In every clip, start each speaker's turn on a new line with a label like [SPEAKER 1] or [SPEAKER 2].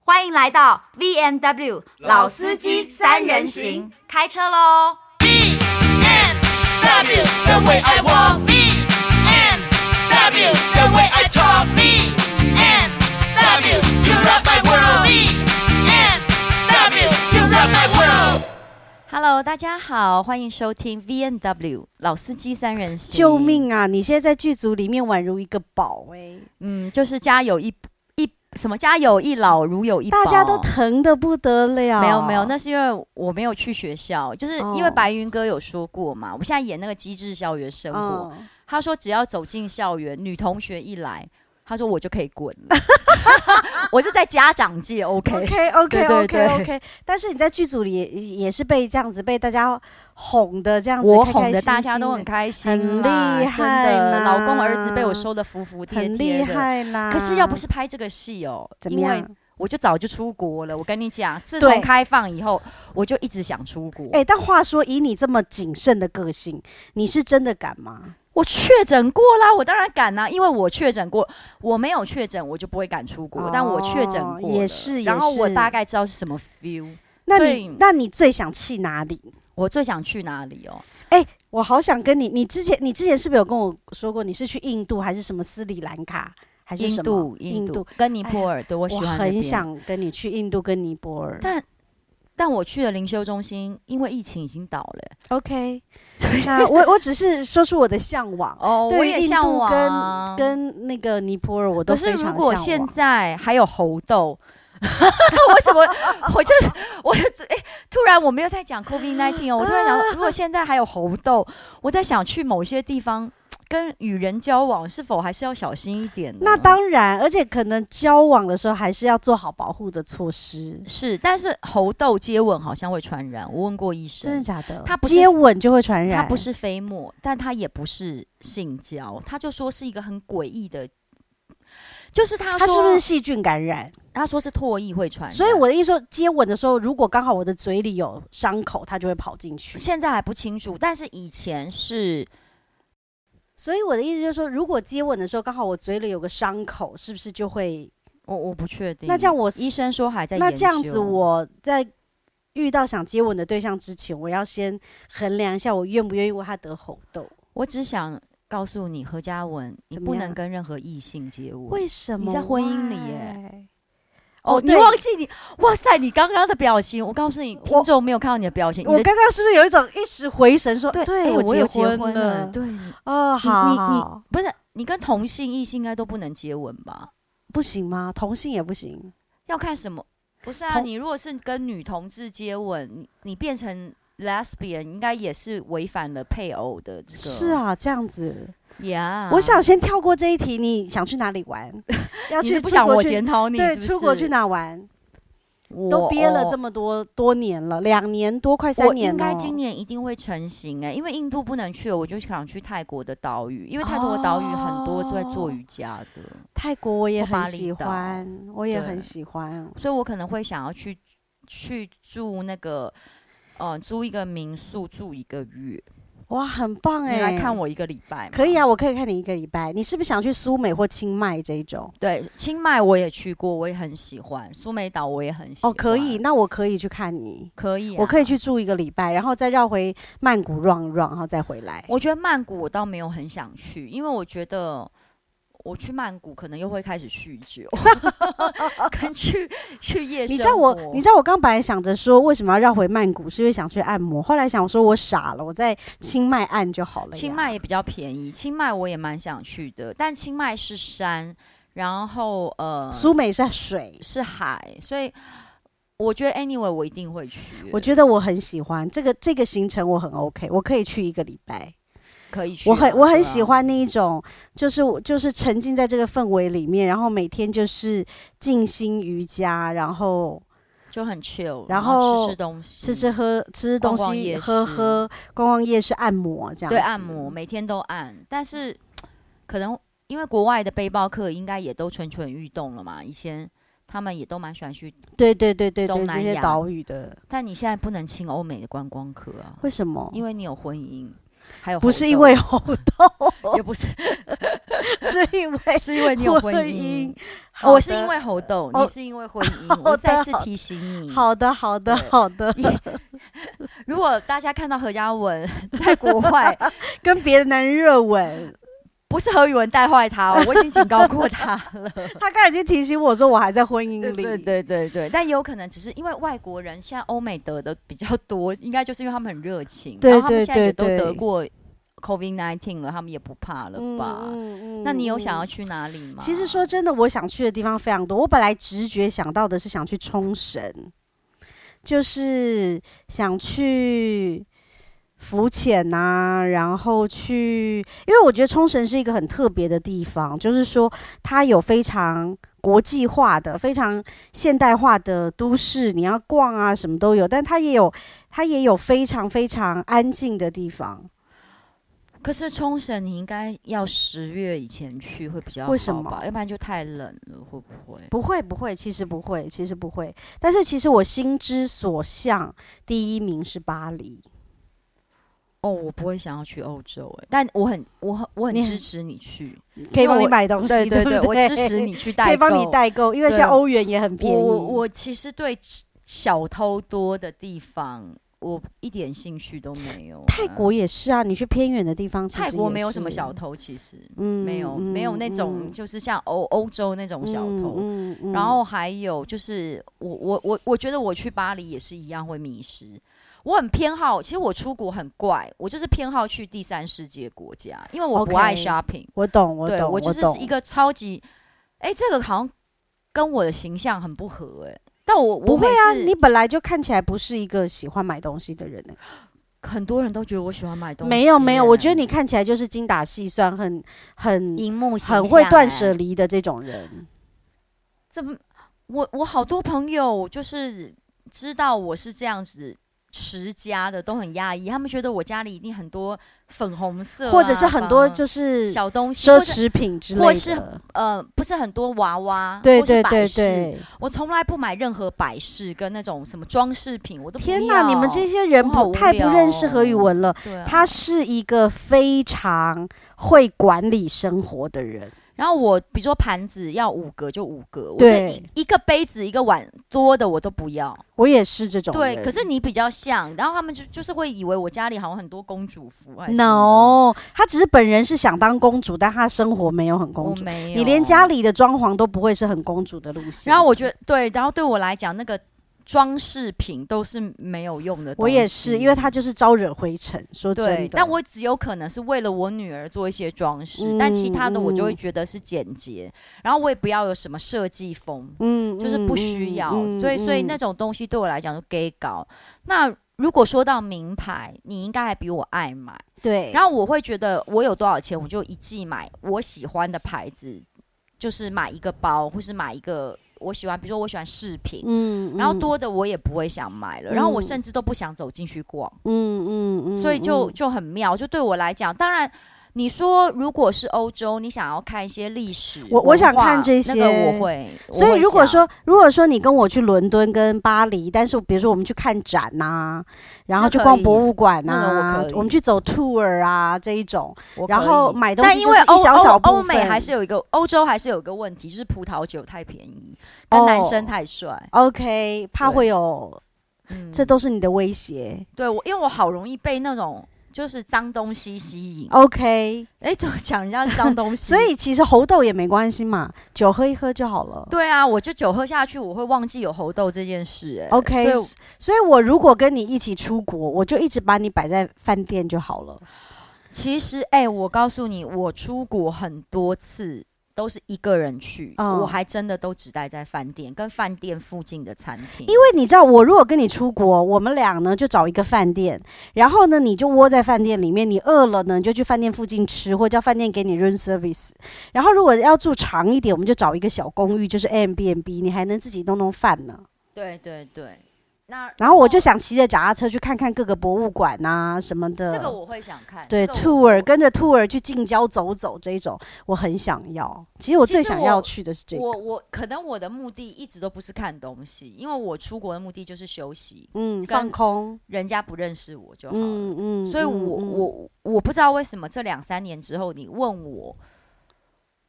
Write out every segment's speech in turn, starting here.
[SPEAKER 1] 欢迎来到 V N W 老司机三人行，开车喽！
[SPEAKER 2] B and W the way I walk. B and W the way I talk. B and W you rock my world. B and W you rock my world.
[SPEAKER 1] Hello，大家好，欢迎收听 V N W 老司机三人行。
[SPEAKER 3] 救！命啊！你现在在剧组里面宛如一个宝哎、
[SPEAKER 1] 嗯，就是家有一一什么家有一老，如有一宝。
[SPEAKER 3] 大家都疼得不得了。
[SPEAKER 1] 没有没有，那是因为我没有去学校，就是因为
[SPEAKER 3] 哦
[SPEAKER 1] 白云哥有说过嘛，我现在演那个《机智校园生活》
[SPEAKER 3] 嗯，
[SPEAKER 1] 他说只要走进校园，女同学一来，他说我就可以滚了。 我是在家长界 OK，
[SPEAKER 3] OK OK
[SPEAKER 1] 对对
[SPEAKER 3] OK
[SPEAKER 1] 对
[SPEAKER 3] OK，但是你在剧组里也也是被这样子被大家哄的这样子，
[SPEAKER 1] 我
[SPEAKER 3] 开开
[SPEAKER 1] 哄的
[SPEAKER 3] 心
[SPEAKER 1] 大家
[SPEAKER 3] 心
[SPEAKER 1] 都很
[SPEAKER 3] 的
[SPEAKER 1] 开心
[SPEAKER 3] 很
[SPEAKER 1] 啦，
[SPEAKER 3] 厉害
[SPEAKER 1] 真的，
[SPEAKER 3] 啦
[SPEAKER 1] 老公儿子被我收的服服帖
[SPEAKER 3] 很
[SPEAKER 1] 帖
[SPEAKER 3] 厉
[SPEAKER 1] 的。
[SPEAKER 3] 害啦。
[SPEAKER 1] 可是要不是拍这个戏哦，
[SPEAKER 3] 怎么
[SPEAKER 1] 因为
[SPEAKER 3] 样？
[SPEAKER 1] 我就早就出国了。我跟你讲，自
[SPEAKER 3] 对
[SPEAKER 1] 从开放以后，我就一直想出国。
[SPEAKER 3] 哎、但话说，以你这么谨慎的个性，你是真的敢吗？
[SPEAKER 1] 我确诊过啦，我当然敢啊啦、因为我确诊过，我没有确诊我就不会敢出国，
[SPEAKER 3] 哦
[SPEAKER 1] 但我确诊过了
[SPEAKER 3] 也是也
[SPEAKER 1] 然后我
[SPEAKER 3] 是
[SPEAKER 1] 大概知道是什么 feel。
[SPEAKER 3] 那
[SPEAKER 1] 对
[SPEAKER 3] 你那你最想去哪里？
[SPEAKER 1] 我最想去哪里哦？
[SPEAKER 3] 我好想跟你，你之前你之前是不是有跟我说过，你是去印度还是什么斯里兰卡还是
[SPEAKER 1] 印
[SPEAKER 3] 什么哎
[SPEAKER 1] 度，印度跟尼泊尔，对我
[SPEAKER 3] 我
[SPEAKER 1] 喜欢那
[SPEAKER 3] 很
[SPEAKER 1] 边。
[SPEAKER 3] 想跟你去印度跟尼泊尔。
[SPEAKER 1] 但但我去了灵修中心，因为疫情已经倒了。
[SPEAKER 3] OK，那我我只是说出我的向 往，
[SPEAKER 1] 哦，我
[SPEAKER 3] 对于
[SPEAKER 1] 也
[SPEAKER 3] 印
[SPEAKER 1] 向
[SPEAKER 3] 度
[SPEAKER 1] 往
[SPEAKER 3] 跟
[SPEAKER 1] 啊。
[SPEAKER 3] 跟那个尼泊尔我都
[SPEAKER 1] 可是
[SPEAKER 3] 非常
[SPEAKER 1] 如
[SPEAKER 3] 向
[SPEAKER 1] 果
[SPEAKER 3] 往。
[SPEAKER 1] 现在还有猴痘， 为 什么我就是我就哎、突然我没有在讲 COVID nineteen 哦，我突然想说，如果现在还有猴痘，我在想去某些地方跟与人交往，是否还是要小心一点呢？
[SPEAKER 3] 那当然，而且可能交往的时候还是要做好保护的措施。
[SPEAKER 1] 是，但是猴痘接吻好像会传染，我问过医
[SPEAKER 3] 真的
[SPEAKER 1] 生。
[SPEAKER 3] 假的？
[SPEAKER 1] 它不是
[SPEAKER 3] 接吻就会传染？
[SPEAKER 1] 它不是飞沫，但它也不是性交，他就说是一个很诡异的，就是他
[SPEAKER 3] 它
[SPEAKER 1] 说
[SPEAKER 3] 是不是细菌感染？
[SPEAKER 1] 他说是唾液会传染，
[SPEAKER 3] 所以我的意思说，接吻的时候，如果刚好我的嘴里有伤口，它就会跑进去。
[SPEAKER 1] 现在还不清楚，但是以前是
[SPEAKER 3] 所以我的意思就是说，如果接吻的时候刚好我嘴里有个伤口，是不是就会？
[SPEAKER 1] 我我不确定。
[SPEAKER 3] 那这样我
[SPEAKER 1] 医生说还在
[SPEAKER 3] 那
[SPEAKER 1] 研
[SPEAKER 3] 这样子，
[SPEAKER 1] 究啊
[SPEAKER 3] 我在遇到想接吻的对象之前，我要先衡量一下我愿不愿意为他得红豆。
[SPEAKER 1] 我只想告诉你，何嘉文，你
[SPEAKER 3] 怎么
[SPEAKER 1] 不能
[SPEAKER 3] 样
[SPEAKER 1] 跟任何异性接吻。
[SPEAKER 3] 为什么
[SPEAKER 1] 你在婚姻里耶
[SPEAKER 3] 哦
[SPEAKER 1] 你
[SPEAKER 3] 对
[SPEAKER 1] 忘记你，哇塞，你刚刚的表情，我告诉你，听
[SPEAKER 3] 我
[SPEAKER 1] 众没有看到你的表情，
[SPEAKER 3] why？我
[SPEAKER 1] 你的
[SPEAKER 3] 刚刚是不是有一种一时回神说，
[SPEAKER 1] 对，哎
[SPEAKER 3] 我
[SPEAKER 1] 我有
[SPEAKER 3] 婚
[SPEAKER 1] 婚了，对，你
[SPEAKER 3] 哦，好
[SPEAKER 1] 你你
[SPEAKER 3] 好
[SPEAKER 1] 不是你跟同性异性应该都不能接吻吧？
[SPEAKER 3] 不行吗？同性也不行。
[SPEAKER 1] 要看什么？不是啊，
[SPEAKER 3] 同
[SPEAKER 1] 你如果是跟女同志接吻，你你变成 lesbian，应该也是违反了配偶的这个。啊
[SPEAKER 3] 是啊，这样子，
[SPEAKER 1] 呀
[SPEAKER 3] 我想先跳过这一题。你想去哪里 玩？要
[SPEAKER 1] 你
[SPEAKER 3] 去
[SPEAKER 1] 是不
[SPEAKER 3] 出
[SPEAKER 1] 想
[SPEAKER 3] 国
[SPEAKER 1] 我
[SPEAKER 3] 去？
[SPEAKER 1] 检讨你
[SPEAKER 3] 对，
[SPEAKER 1] 是不是
[SPEAKER 3] 出国去？哪玩？
[SPEAKER 1] 我
[SPEAKER 3] 都憋了这
[SPEAKER 1] 么
[SPEAKER 3] 么多多年了，两年多，快三
[SPEAKER 1] 我
[SPEAKER 3] 年
[SPEAKER 1] 应
[SPEAKER 3] 了。
[SPEAKER 1] 该今年一定会成型哎、因为印度不能去了，我就想去泰国的岛屿，因为泰国的岛屿很多在
[SPEAKER 3] 哦
[SPEAKER 1] 做瑜伽的，
[SPEAKER 3] 泰国我也
[SPEAKER 1] 或巴
[SPEAKER 3] 很
[SPEAKER 1] 厘
[SPEAKER 3] 喜
[SPEAKER 1] 岛
[SPEAKER 3] 欢，我也
[SPEAKER 1] 对
[SPEAKER 3] 很喜欢。
[SPEAKER 1] 所以我可能会想要去去住那个。呃，租一个民宿住一个月，
[SPEAKER 3] 哇，很棒哎！
[SPEAKER 1] 你来看我一个礼拜，
[SPEAKER 3] 可以
[SPEAKER 1] 啊。
[SPEAKER 3] 啊，我可以看你一个礼拜。你是不是想去苏美或清迈这一种？
[SPEAKER 1] 对，清迈我也去过，我也很喜欢，苏梅岛我也很喜欢。
[SPEAKER 3] 哦，可以，，那我可以去看你，
[SPEAKER 1] 可以、啊，
[SPEAKER 3] 我可以去住一个礼拜，然后再绕回曼谷 run run，然后再回来。
[SPEAKER 1] 我觉得曼谷我倒没有很想去，因为我觉得我去曼谷可能又会开始酗酒， 跟去去夜生
[SPEAKER 3] 你知道我，你知
[SPEAKER 1] 道
[SPEAKER 3] 道我刚本来想着说为什么要绕回曼谷，是因为想去按摩。后来想说我傻了，我在清迈按就好了呀。
[SPEAKER 1] 清迈也比较便宜，清迈我也蛮想去的，但清迈是山，然后呃
[SPEAKER 3] 苏美是水，
[SPEAKER 1] 是海，所以我觉得 anyway 我一定会去，
[SPEAKER 3] 我觉得我很喜欢这个这个行程，我很 OK，我可以去一个礼拜。
[SPEAKER 1] 可以去啊，
[SPEAKER 3] 我很我
[SPEAKER 1] 对
[SPEAKER 3] 很
[SPEAKER 1] 啊
[SPEAKER 3] 喜。欢那一种，就是我就是沉浸在这个氛围里面，然后每天就是静心瑜伽，然后
[SPEAKER 1] 就很 chill，
[SPEAKER 3] 然
[SPEAKER 1] 后
[SPEAKER 3] 后
[SPEAKER 1] 吃吃东西，
[SPEAKER 3] 吃吃喝吃东
[SPEAKER 1] 逛逛
[SPEAKER 3] 西，
[SPEAKER 1] 夜
[SPEAKER 3] 喝
[SPEAKER 1] 市
[SPEAKER 3] 喝逛逛夜市，按摩这样
[SPEAKER 1] 对
[SPEAKER 3] 子
[SPEAKER 1] 按摩，每天都按，但是可能因为国外的背包客应该也都蠢蠢欲动了嘛，以前他们也都蛮喜欢去，
[SPEAKER 3] 对对对对
[SPEAKER 1] 东
[SPEAKER 3] 对，这
[SPEAKER 1] 南
[SPEAKER 3] 些
[SPEAKER 1] 亚
[SPEAKER 3] 岛屿的
[SPEAKER 1] 但你现在不能亲欧美的观光客啊，
[SPEAKER 3] 为什么？
[SPEAKER 1] 因
[SPEAKER 3] 为
[SPEAKER 1] 为你有婚姻，还有
[SPEAKER 3] 不是
[SPEAKER 1] 猴痘
[SPEAKER 3] 因为红豆，
[SPEAKER 1] 也不是，
[SPEAKER 3] 是因为
[SPEAKER 1] 是因为你有婚
[SPEAKER 3] 婚
[SPEAKER 1] 姻
[SPEAKER 3] 姻，
[SPEAKER 1] 哦我是
[SPEAKER 3] 好的
[SPEAKER 1] 因为猴豆，
[SPEAKER 3] 哦
[SPEAKER 1] 你是因为婚姻。
[SPEAKER 3] 好
[SPEAKER 1] 我
[SPEAKER 3] 的
[SPEAKER 1] 再次
[SPEAKER 3] 好的
[SPEAKER 1] 提醒你，
[SPEAKER 3] 好的，好的，
[SPEAKER 1] 对
[SPEAKER 3] 好的，
[SPEAKER 1] 如果大家看到何嘉文 在国外，
[SPEAKER 3] 跟别的男人热吻。
[SPEAKER 1] 不是何宇文带坏他、哦，我已经警告过他了。
[SPEAKER 3] 他刚才已经提醒我说我还在婚姻
[SPEAKER 1] 对
[SPEAKER 3] 里，
[SPEAKER 1] 对对对对，但也有可能只是因为外国人现在欧美得的比较多，应该就是因为他们很热情，
[SPEAKER 3] 对
[SPEAKER 1] 然后他们
[SPEAKER 3] 对
[SPEAKER 1] 现在也都
[SPEAKER 3] 对
[SPEAKER 1] 得
[SPEAKER 3] 对
[SPEAKER 1] 过 COVID nineteen 了，他们也不怕了
[SPEAKER 3] 嗯
[SPEAKER 1] 吧？
[SPEAKER 3] 嗯
[SPEAKER 1] 那你有想要
[SPEAKER 3] 嗯
[SPEAKER 1] 去哪里吗？
[SPEAKER 3] 其实说真的，我想去的地方非常多。我本来直觉想到的是想去冲绳，就是想去浮潜啊，然后去，因为我觉得冲绳是一个很特别的地方，就是说它有非常。国际化的、非常现代化的都市，你要逛啊，什么都有，但它也有它也有非常非常安静的地方。
[SPEAKER 1] 可是冲绳你应该要十月以前去会比较好吧？
[SPEAKER 3] 为什么
[SPEAKER 1] 要不然就太冷了，会不会？
[SPEAKER 3] 不会，不会，其实不会，其实不会。但是其实我心之所向，第一名是巴黎。
[SPEAKER 1] 哦，我不会想要去欧洲哎、但我很我很我很
[SPEAKER 3] 你很
[SPEAKER 1] 支持你去，
[SPEAKER 3] 可以帮你
[SPEAKER 1] 我
[SPEAKER 3] 买东西，
[SPEAKER 1] 对对，
[SPEAKER 3] 不对，
[SPEAKER 1] 我支持，你去代购，
[SPEAKER 3] 可以帮你代购，因为
[SPEAKER 1] 对
[SPEAKER 3] 现在欧元也很便宜。
[SPEAKER 1] 我我我其实对小偷多的地方，我一点兴趣都没有啊、
[SPEAKER 3] 泰国也是啊，你去偏远的地方，其实
[SPEAKER 1] 泰国没有
[SPEAKER 3] 也是
[SPEAKER 1] 什么小，偷，其实
[SPEAKER 3] 嗯
[SPEAKER 1] 没有、没有那种就是像欧欧洲那种小偷。
[SPEAKER 3] 嗯嗯
[SPEAKER 1] 然后还有就是我，我我我觉得我去巴黎也是一样会迷失。我很偏好，其实我出国很怪，我就是偏好去第三世界国家，因为我不
[SPEAKER 3] OK
[SPEAKER 1] 爱 shopping。
[SPEAKER 3] 我懂，我
[SPEAKER 1] 对
[SPEAKER 3] 懂，
[SPEAKER 1] 我
[SPEAKER 3] 我
[SPEAKER 1] 就是
[SPEAKER 3] 懂
[SPEAKER 1] 一个超级，哎、这个好像跟我的形象很不合哎、但我我
[SPEAKER 3] 不会啊，
[SPEAKER 1] 每次
[SPEAKER 3] 你本来就看起来不是一个喜欢买东西的人呢、
[SPEAKER 1] 很多人都觉得我喜欢买东西、啊
[SPEAKER 3] 没有没有，我觉得
[SPEAKER 1] 你
[SPEAKER 3] 你看起来就是精打细算，很很
[SPEAKER 1] 荧幕形
[SPEAKER 3] 很会
[SPEAKER 1] 象
[SPEAKER 3] 断
[SPEAKER 1] 哎
[SPEAKER 3] 舍，离的这种人。
[SPEAKER 1] 怎么？我我好多朋友就是知道我是这样子持家的，都很压抑，他们觉得我家里一定很多粉红色啊、
[SPEAKER 3] 或者是很多
[SPEAKER 1] 吧
[SPEAKER 3] 就是
[SPEAKER 1] 小东西，
[SPEAKER 3] 奢
[SPEAKER 1] 或者
[SPEAKER 3] 侈品之类的，
[SPEAKER 1] 或是呃，不是很多娃娃，
[SPEAKER 3] 对
[SPEAKER 1] 或是
[SPEAKER 3] 对
[SPEAKER 1] 摆
[SPEAKER 3] 对
[SPEAKER 1] 饰
[SPEAKER 3] 对。
[SPEAKER 1] 我从来不买任何摆饰跟那种什么装饰品，我都不
[SPEAKER 3] 天哪，你们这
[SPEAKER 1] 要
[SPEAKER 3] 些人
[SPEAKER 1] 我好
[SPEAKER 3] 不
[SPEAKER 1] 无
[SPEAKER 3] 太不认识
[SPEAKER 1] 聊
[SPEAKER 3] 何宇文了。
[SPEAKER 1] 对、啊、
[SPEAKER 3] 他是一个非常会管理生活的人，
[SPEAKER 1] 然后我比如说盘子要五个就五个，我这
[SPEAKER 3] 对
[SPEAKER 1] 一一个杯子一个碗多的我都不要。
[SPEAKER 3] 我也是这种
[SPEAKER 1] 对，
[SPEAKER 3] 人
[SPEAKER 1] 可是你比较像，然后他们就就是会以为我家里好像很多公主服还是什么
[SPEAKER 3] no，他只是本人是想当公主，但他生活没有很公
[SPEAKER 1] 我
[SPEAKER 3] 主，
[SPEAKER 1] 没有，
[SPEAKER 3] 你连家。里的装潢都不会是很公主的路线。
[SPEAKER 1] 然后我觉得对，然后对我来讲那个装饰品都是没有用的东西。
[SPEAKER 3] 我也是，因为他就是招惹灰尘，说真
[SPEAKER 1] 对
[SPEAKER 3] 的，，
[SPEAKER 1] 但我只有可能是为了我女儿做一些装饰，但其他的我就
[SPEAKER 3] 嗯
[SPEAKER 1] 会觉得是简洁，然后我也不要有什么设计风，
[SPEAKER 3] 嗯
[SPEAKER 1] 就是不需要。
[SPEAKER 3] 嗯嗯
[SPEAKER 1] 对，所以那
[SPEAKER 3] 嗯
[SPEAKER 1] 种东西对我来讲就 gay 搞。那如果说到名牌，你应该还比我爱买。
[SPEAKER 3] 对，
[SPEAKER 1] 然后我会觉得我有多少钱，我就一季买我喜欢的牌子，就是买一个包，或是买一个我喜欢，比如说我喜欢饰品，
[SPEAKER 3] 嗯
[SPEAKER 1] 然后
[SPEAKER 3] 嗯
[SPEAKER 1] 多的我也不会想买了，然后我
[SPEAKER 3] 嗯
[SPEAKER 1] 甚至都不想走进去逛，
[SPEAKER 3] 嗯嗯嗯，
[SPEAKER 1] 所以就
[SPEAKER 3] 嗯
[SPEAKER 1] 就很妙。就对我来讲，当然。你说，如果是欧洲，你想要看一些历史，
[SPEAKER 3] 我我
[SPEAKER 1] 文
[SPEAKER 3] 想
[SPEAKER 1] 化
[SPEAKER 3] 看这
[SPEAKER 1] 那个
[SPEAKER 3] 些
[SPEAKER 1] 我会。我
[SPEAKER 3] 所以
[SPEAKER 1] 会
[SPEAKER 3] 如果
[SPEAKER 1] 想
[SPEAKER 3] 说，如果说你跟我去伦敦跟巴黎，但是比如说我们去看展呐、然后
[SPEAKER 1] 那
[SPEAKER 3] 去
[SPEAKER 1] 可
[SPEAKER 3] 逛
[SPEAKER 1] 以
[SPEAKER 3] 博物馆
[SPEAKER 1] 那个我
[SPEAKER 3] 呐、
[SPEAKER 1] 可以
[SPEAKER 3] 我们去走 tour 啊这一种，
[SPEAKER 1] 我
[SPEAKER 3] 然
[SPEAKER 1] 可
[SPEAKER 3] 后
[SPEAKER 1] 以
[SPEAKER 3] 买东
[SPEAKER 1] 但
[SPEAKER 3] 西
[SPEAKER 1] 因
[SPEAKER 3] 就
[SPEAKER 1] 为
[SPEAKER 3] 是
[SPEAKER 1] 欧
[SPEAKER 3] 一小小
[SPEAKER 1] 欧
[SPEAKER 3] 部
[SPEAKER 1] 欧美
[SPEAKER 3] 分
[SPEAKER 1] 还是有一个欧洲还是有一个问题，就是葡萄酒太便宜，但男生
[SPEAKER 3] 哦
[SPEAKER 1] 太帅。
[SPEAKER 3] OK，怕
[SPEAKER 1] 对
[SPEAKER 3] 会有，
[SPEAKER 1] 嗯，
[SPEAKER 3] 这都是你的威胁。
[SPEAKER 1] 对我，因为我好容易被那种就是脏东西吸引。
[SPEAKER 3] OK，
[SPEAKER 1] 哎、怎么讲人家是脏东西？
[SPEAKER 3] 哦 所以其实猴痘也没关系嘛，酒喝一喝就好了。
[SPEAKER 1] 对啊，我就酒喝下去，我会忘记有猴痘这件事、哎
[SPEAKER 3] OK，
[SPEAKER 1] 所以
[SPEAKER 3] 所所以我如果跟你一起出国，我就一直把你摆在饭店就好了。
[SPEAKER 1] 其实，哎、我告诉你，我出国很多次。都是一个人去，
[SPEAKER 3] 嗯
[SPEAKER 1] 我还真的都只待在饭店跟饭店附近的餐厅，
[SPEAKER 3] 因为你知道，我如果跟你出国，我们俩呢就找一个饭店，然后呢你就窝在饭店里面，你饿了呢你就去饭店附近吃，或叫饭店给你 room service。然后如果要住长一点，我们就找一个小公寓，就是 Airbnb，你还能自己弄弄饭呢。
[SPEAKER 1] 对对对。那
[SPEAKER 3] 然后我就想骑着脚踏车去看看各个博物馆啊什么的。
[SPEAKER 1] 这个我会想看，
[SPEAKER 3] 对
[SPEAKER 1] 这个我
[SPEAKER 3] tour 跟着 tour 去近郊走走这一种，我很想要。其实我最
[SPEAKER 1] 其实
[SPEAKER 3] 想
[SPEAKER 1] 我
[SPEAKER 3] 要去的是这个。
[SPEAKER 1] 我我可能我的目的一直都不是看东西，因为我出国的目的就是休息，
[SPEAKER 3] 嗯，
[SPEAKER 1] 跟
[SPEAKER 3] 放空。
[SPEAKER 1] 人家不认识我就好了。
[SPEAKER 3] 嗯嗯，
[SPEAKER 1] 所以我，
[SPEAKER 3] 嗯嗯
[SPEAKER 1] 我我不知道为什么这两三年之后，你问我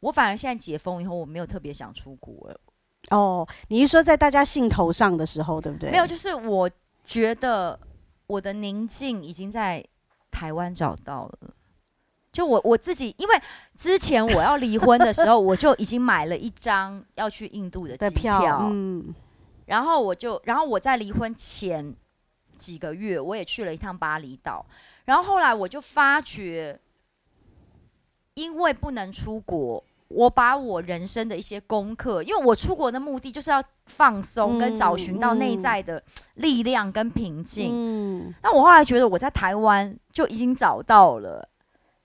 [SPEAKER 1] 我反而现在解封以后，我没有特别想出国了，
[SPEAKER 3] 哦，你是说在大家兴头上的时候，对不对？
[SPEAKER 1] 没有，就是我觉得我的宁静已经在台湾找到了。就我我自己，因为之前我要离婚的时候，我就已经买了一张要去印度的
[SPEAKER 3] 的
[SPEAKER 1] 机
[SPEAKER 3] 票，嗯，
[SPEAKER 1] 然后我就，然后我在离婚前几个月，我也去了一趟巴厘岛。然后后来我就发觉，因为不能出国，我把我人生的一些功课，因为我出国的目的就是要放松，
[SPEAKER 3] 嗯
[SPEAKER 1] 跟找寻到内在的力量跟平静。
[SPEAKER 3] 嗯，
[SPEAKER 1] 那我后来觉得我在台湾就已经找到了。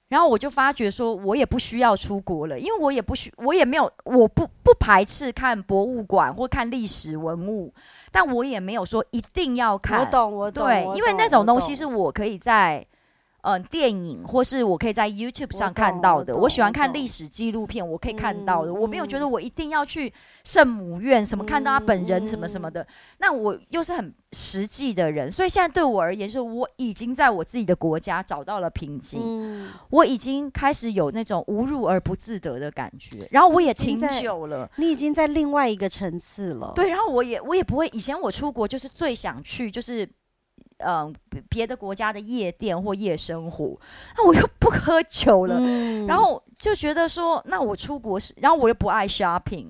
[SPEAKER 1] 然后我就发觉说，我也不需要出国了，因为我也不需，我也没有，我不不排斥看博物馆或看历史文物，但我也没有说一定要看。
[SPEAKER 3] 我懂，我懂，
[SPEAKER 1] 对
[SPEAKER 3] 我，
[SPEAKER 1] 因为
[SPEAKER 3] 懂
[SPEAKER 1] 那种东西
[SPEAKER 3] 我
[SPEAKER 1] 是我可以在嗯、呃电影或是我可以在 YouTube 上
[SPEAKER 3] 我懂
[SPEAKER 1] 看到的。
[SPEAKER 3] 我
[SPEAKER 1] 我
[SPEAKER 3] 懂
[SPEAKER 1] 喜欢
[SPEAKER 3] 我
[SPEAKER 1] 看
[SPEAKER 3] 懂
[SPEAKER 1] 历史纪录片，我可以看到的。
[SPEAKER 3] 嗯
[SPEAKER 1] 我没有觉得
[SPEAKER 3] 嗯
[SPEAKER 1] 我一定要去圣母院什么看到他本人
[SPEAKER 3] 嗯
[SPEAKER 1] 什么什么
[SPEAKER 3] 嗯
[SPEAKER 1] 的。那我又是很实际的人，所以现在对我而言，是我已经在我自己的国家找到了平静，
[SPEAKER 3] 嗯，
[SPEAKER 1] 我已经开始有那种无入而不自得的感觉。然后我也
[SPEAKER 3] 已经
[SPEAKER 1] 挺
[SPEAKER 3] 在
[SPEAKER 1] 久了。
[SPEAKER 3] 你已经在另外一个层次了。，
[SPEAKER 1] 对，然后我也我也不会，以前我出国就是最想去就是。嗯，别别的国家的夜店或夜生活，那我又不喝酒了，
[SPEAKER 3] 嗯
[SPEAKER 1] 然后就觉得说，那我出国是，然后我又不爱 shopping，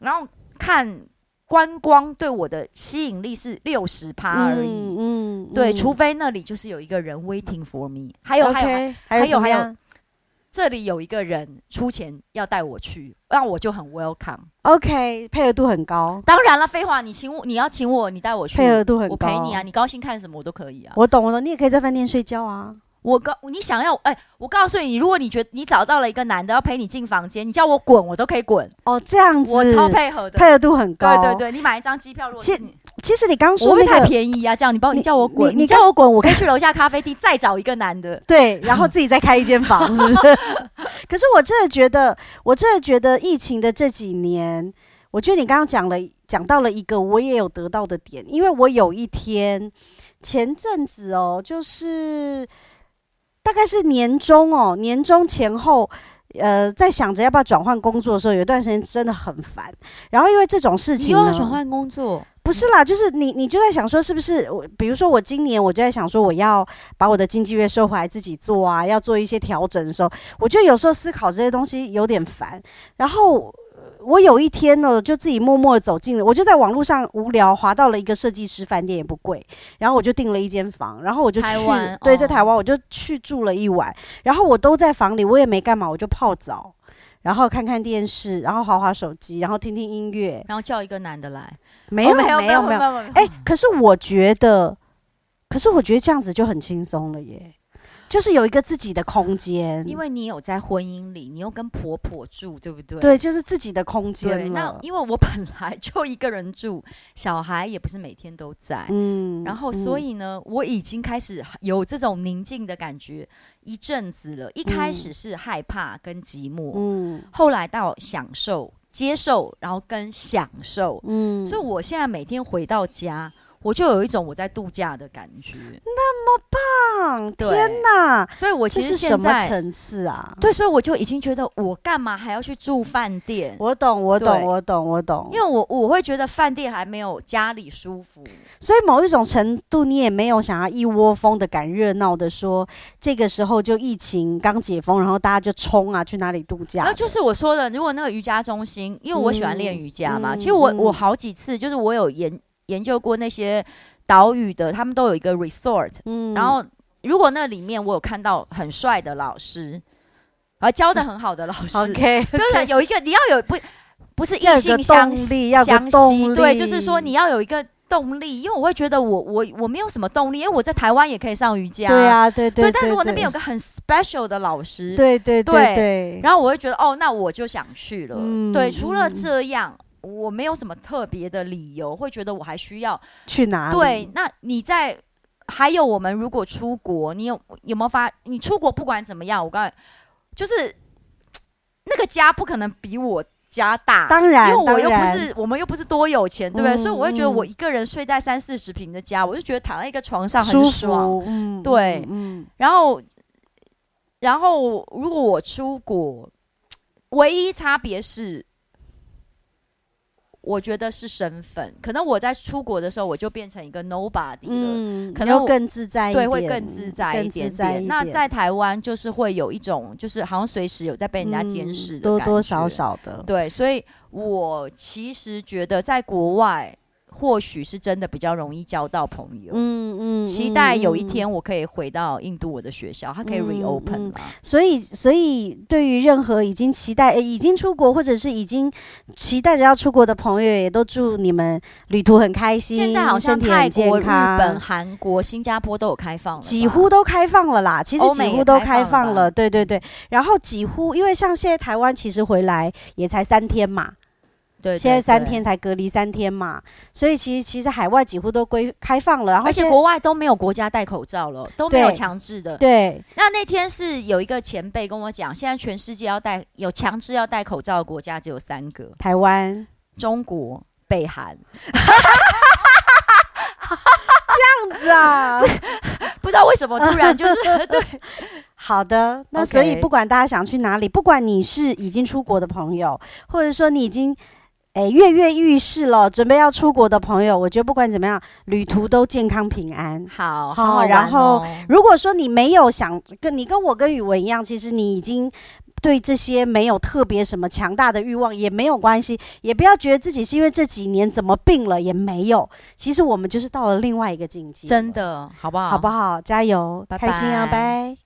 [SPEAKER 1] 然后看观光对我的吸引力是六十趴而已，
[SPEAKER 3] 嗯，嗯
[SPEAKER 1] 对，
[SPEAKER 3] 嗯
[SPEAKER 1] 除非那里就是有一个人 waiting for me，还有还有
[SPEAKER 3] OK，还
[SPEAKER 1] 还有
[SPEAKER 3] 怎么
[SPEAKER 1] 还有
[SPEAKER 3] 样
[SPEAKER 1] 这里有一个人出钱要带我去，那我就很 welcome。
[SPEAKER 3] OK，配合度很高，
[SPEAKER 1] 当然了，废话，你请我，你要请我，你带我去，
[SPEAKER 3] 配合度很高，
[SPEAKER 1] 我陪你啊，。你高兴看什么我都可以啊。
[SPEAKER 3] 我懂了，你也可以在饭店睡觉啊。
[SPEAKER 1] 我告你想要，哎、我告诉你，如果你觉得你找到了一个男的要陪你进房间，你叫我滚，我都可以滚，
[SPEAKER 3] 哦，这样子，
[SPEAKER 1] 我超配合的。
[SPEAKER 3] 配合度很
[SPEAKER 1] 对
[SPEAKER 3] 高。
[SPEAKER 1] 对对，你买一张机票，如果
[SPEAKER 3] 其
[SPEAKER 1] 是你
[SPEAKER 3] 其实你刚
[SPEAKER 1] 我
[SPEAKER 3] 说
[SPEAKER 1] 会
[SPEAKER 3] 那
[SPEAKER 1] 不会太
[SPEAKER 3] 个
[SPEAKER 1] 便宜啊，这样你帮
[SPEAKER 3] 你
[SPEAKER 1] 你叫我滚，
[SPEAKER 3] 你
[SPEAKER 1] 你
[SPEAKER 3] 你
[SPEAKER 1] 叫我滚，我可以去楼下咖啡厅再找一个男的。
[SPEAKER 3] 对，然后自己再开一间房，是不是？ 可是我真的觉得，我真的觉得疫情的这几年，我觉得你刚刚讲了讲到了一个我也有得到的点，因为我有一天前阵子哦，就是大概是年中哦，年中前后。呃，在想着要不要转换工作的时候，有一段时间真的很烦。然后因为这种事
[SPEAKER 1] 你
[SPEAKER 3] 情啊
[SPEAKER 1] 又要
[SPEAKER 3] 呢，
[SPEAKER 1] 转换工作，
[SPEAKER 3] 不是啦，就是你，你就在想说，是不是我？比如说，我今年我就在想说，我要把我的经济约收回来自己做啊，要做一些调整的时候，我就有时候思考这些东西有点烦。然后呃我有一天呢，就自己默默的走进了，我就在网络上无聊滑到了一个设计师饭店，也不贵，然后我就订了一间房，然后我就去
[SPEAKER 1] 台湾，
[SPEAKER 3] 对，
[SPEAKER 1] 哦
[SPEAKER 3] 在台湾我就去住了一晚，然后我都在房里，我也没干嘛，我就泡澡。然后看看电视，然后划划手机，然后听听音乐，
[SPEAKER 1] 然后叫一个男的来。
[SPEAKER 3] 没有、
[SPEAKER 1] 哦没有
[SPEAKER 3] 没有没有
[SPEAKER 1] 有，没有
[SPEAKER 3] 哎、可是我觉得，可是我觉得这样子就很轻松了耶，就是有一个自己的空间，
[SPEAKER 1] 因为你有在婚姻里，你又跟婆婆住，对不对？
[SPEAKER 3] 对，就是自己的空
[SPEAKER 1] 对，
[SPEAKER 3] 间
[SPEAKER 1] 那
[SPEAKER 3] 了。
[SPEAKER 1] 因为我本来就一个人住，小孩也不是每天都在，
[SPEAKER 3] 嗯
[SPEAKER 1] 然后所
[SPEAKER 3] 嗯
[SPEAKER 1] 以呢，我已经开始有这种宁静的感觉一阵子了。一开始是害怕跟寂寞，
[SPEAKER 3] 嗯
[SPEAKER 1] 后来到享受、接受，然后跟享受。
[SPEAKER 3] 嗯，
[SPEAKER 1] 所以我现在每天回到家，我就有一种我在度假的感觉。
[SPEAKER 3] 棒，
[SPEAKER 1] 对
[SPEAKER 3] 天哪，
[SPEAKER 1] 所以我
[SPEAKER 3] 这
[SPEAKER 1] 其
[SPEAKER 3] 是
[SPEAKER 1] 实
[SPEAKER 3] 什
[SPEAKER 1] 现
[SPEAKER 3] 么
[SPEAKER 1] 在
[SPEAKER 3] 层次啊？
[SPEAKER 1] 对，所以我就已经觉得我干嘛还要去住饭店？
[SPEAKER 3] 我懂，我懂，
[SPEAKER 1] 对
[SPEAKER 3] 我懂，我懂。
[SPEAKER 1] 因为我我会觉得饭店还没有家里舒服。
[SPEAKER 3] 所以某一种程度，你也没有想要一窝蜂的赶热闹的说，这个时候就疫情刚解封，然后大家就冲啊去哪里度假
[SPEAKER 1] 然
[SPEAKER 3] 的。
[SPEAKER 1] 后就是我说的，如果那个瑜伽中心，因为我喜欢练
[SPEAKER 3] 嗯
[SPEAKER 1] 瑜伽嘛，
[SPEAKER 3] 嗯
[SPEAKER 1] 其实我
[SPEAKER 3] 嗯
[SPEAKER 1] 我好几次就是我有研研究过那些岛屿的，他们都有一个 resort，
[SPEAKER 3] 嗯
[SPEAKER 1] 然后如果那里面我有看到很帅的老师，而教的很好的老师，
[SPEAKER 3] OK，
[SPEAKER 1] 对，有一个你要有不不是异
[SPEAKER 3] 要有个
[SPEAKER 1] 性相
[SPEAKER 3] 动
[SPEAKER 1] 吸
[SPEAKER 3] 力要有个
[SPEAKER 1] 相
[SPEAKER 3] 动
[SPEAKER 1] 吸，对，
[SPEAKER 3] 力
[SPEAKER 1] 就是说你要有一个动力，因为我会觉得我我我没有什么动力，因为我在台湾也可以上瑜伽，
[SPEAKER 3] 对啊，对
[SPEAKER 1] 对
[SPEAKER 3] 对。
[SPEAKER 1] 但如果那
[SPEAKER 3] 对
[SPEAKER 1] 边有个很 special 的老师，
[SPEAKER 3] 对对
[SPEAKER 1] 对
[SPEAKER 3] 对，
[SPEAKER 1] 然后我会觉得哦，那我就想去了，
[SPEAKER 3] 嗯
[SPEAKER 1] 对，除了
[SPEAKER 3] 嗯
[SPEAKER 1] 这样。我没有什么特别的理由，会觉得我还需要
[SPEAKER 3] 去哪里？
[SPEAKER 1] 对，那你在还有我们如果出国，你有有没有发？你出国不管怎么样，我刚才就是那个家不可能比我家大，
[SPEAKER 3] 当然，
[SPEAKER 1] 因为我
[SPEAKER 3] 当
[SPEAKER 1] 又
[SPEAKER 3] 然
[SPEAKER 1] 不是我们又不是多有钱，对不对？
[SPEAKER 3] 嗯
[SPEAKER 1] 所以我会觉得
[SPEAKER 3] 嗯
[SPEAKER 1] 我一个人睡在三四十平的家，我就觉得躺在一个床上很
[SPEAKER 3] 舒
[SPEAKER 1] 爽。
[SPEAKER 3] 服，嗯，
[SPEAKER 1] 对
[SPEAKER 3] 嗯，嗯
[SPEAKER 1] 然后，然后如果我出国，唯一差别是，我觉得是身份。可能我在出国的时候，我就变成一个 nobody 了，
[SPEAKER 3] 嗯，
[SPEAKER 1] 可能
[SPEAKER 3] 又
[SPEAKER 1] 我
[SPEAKER 3] 更自在一
[SPEAKER 1] 对，
[SPEAKER 3] 点，
[SPEAKER 1] 会更自在一
[SPEAKER 3] 更
[SPEAKER 1] 点
[SPEAKER 3] 自在
[SPEAKER 1] 点。
[SPEAKER 3] 一
[SPEAKER 1] 那
[SPEAKER 3] 点
[SPEAKER 1] 在台湾就是会有一种，就是好像随时有在被人家监
[SPEAKER 3] 嗯
[SPEAKER 1] 视的、
[SPEAKER 3] 多多少。少的，
[SPEAKER 1] 对，所以我其实觉得在国外，或许是真的比较容易交到朋友。
[SPEAKER 3] 嗯嗯，
[SPEAKER 1] 期待有一
[SPEAKER 3] 嗯。
[SPEAKER 1] 天我可以回到印度我的学校，它可以
[SPEAKER 3] 嗯
[SPEAKER 1] reopen
[SPEAKER 3] 嗯
[SPEAKER 1] 啦。
[SPEAKER 3] 所以，所以对于任何已经期待、呃已经出国或者是已经期待着要出国的朋友，也都祝你们旅途很开心，
[SPEAKER 1] 现在好像
[SPEAKER 3] 身体
[SPEAKER 1] 泰国、
[SPEAKER 3] 很健
[SPEAKER 1] 日本、
[SPEAKER 3] 康，
[SPEAKER 1] 韩国、新加坡都有开放了吧，
[SPEAKER 3] 几乎都开放了啦。其实
[SPEAKER 1] 欧美
[SPEAKER 3] 几
[SPEAKER 1] 也
[SPEAKER 3] 乎都
[SPEAKER 1] 开放
[SPEAKER 3] 开
[SPEAKER 1] 了
[SPEAKER 3] 放
[SPEAKER 1] 吧
[SPEAKER 3] 了，对对对。然后几乎，因为像现在台湾其实回来也才三天嘛，
[SPEAKER 1] 对，对
[SPEAKER 3] 现在三，天
[SPEAKER 1] 对
[SPEAKER 3] 才隔离三天嘛，所以其实其实海外几乎都归开放了，然后
[SPEAKER 1] 而且
[SPEAKER 3] 现在
[SPEAKER 1] 国外都没有国家戴口罩了，都没有
[SPEAKER 3] 对
[SPEAKER 1] 强制的。
[SPEAKER 3] 对
[SPEAKER 1] 那那天是有一个前辈跟我讲，现在全世界要戴有强制要戴口罩的国家只有三个：
[SPEAKER 3] 台湾
[SPEAKER 1] 中国、北韩。
[SPEAKER 3] 这样子啊，
[SPEAKER 1] 不知道为什么突然就是 对
[SPEAKER 3] 好的，那所以
[SPEAKER 1] OK
[SPEAKER 3] 不管大家想去哪里，不管你是已经出国的朋友，或者说你已经诶跃跃欲试了，准备要出国的朋友，我觉得不管怎么样，旅途都健康平安。
[SPEAKER 1] 好
[SPEAKER 3] 好
[SPEAKER 1] 好玩
[SPEAKER 3] 然后
[SPEAKER 1] 哦
[SPEAKER 3] 如果说你没有想跟你跟我跟宇文一样，其实你已经对这些没有特别什么强大的欲望，也没有关系，也不要觉得自己是因为这几年怎么病了也没有。其实我们就是到了另外一个境界，
[SPEAKER 1] 真，的好不好？啊
[SPEAKER 3] 好不好？加油，
[SPEAKER 1] 拜
[SPEAKER 3] 开心啊，
[SPEAKER 1] 拜
[SPEAKER 3] 拜。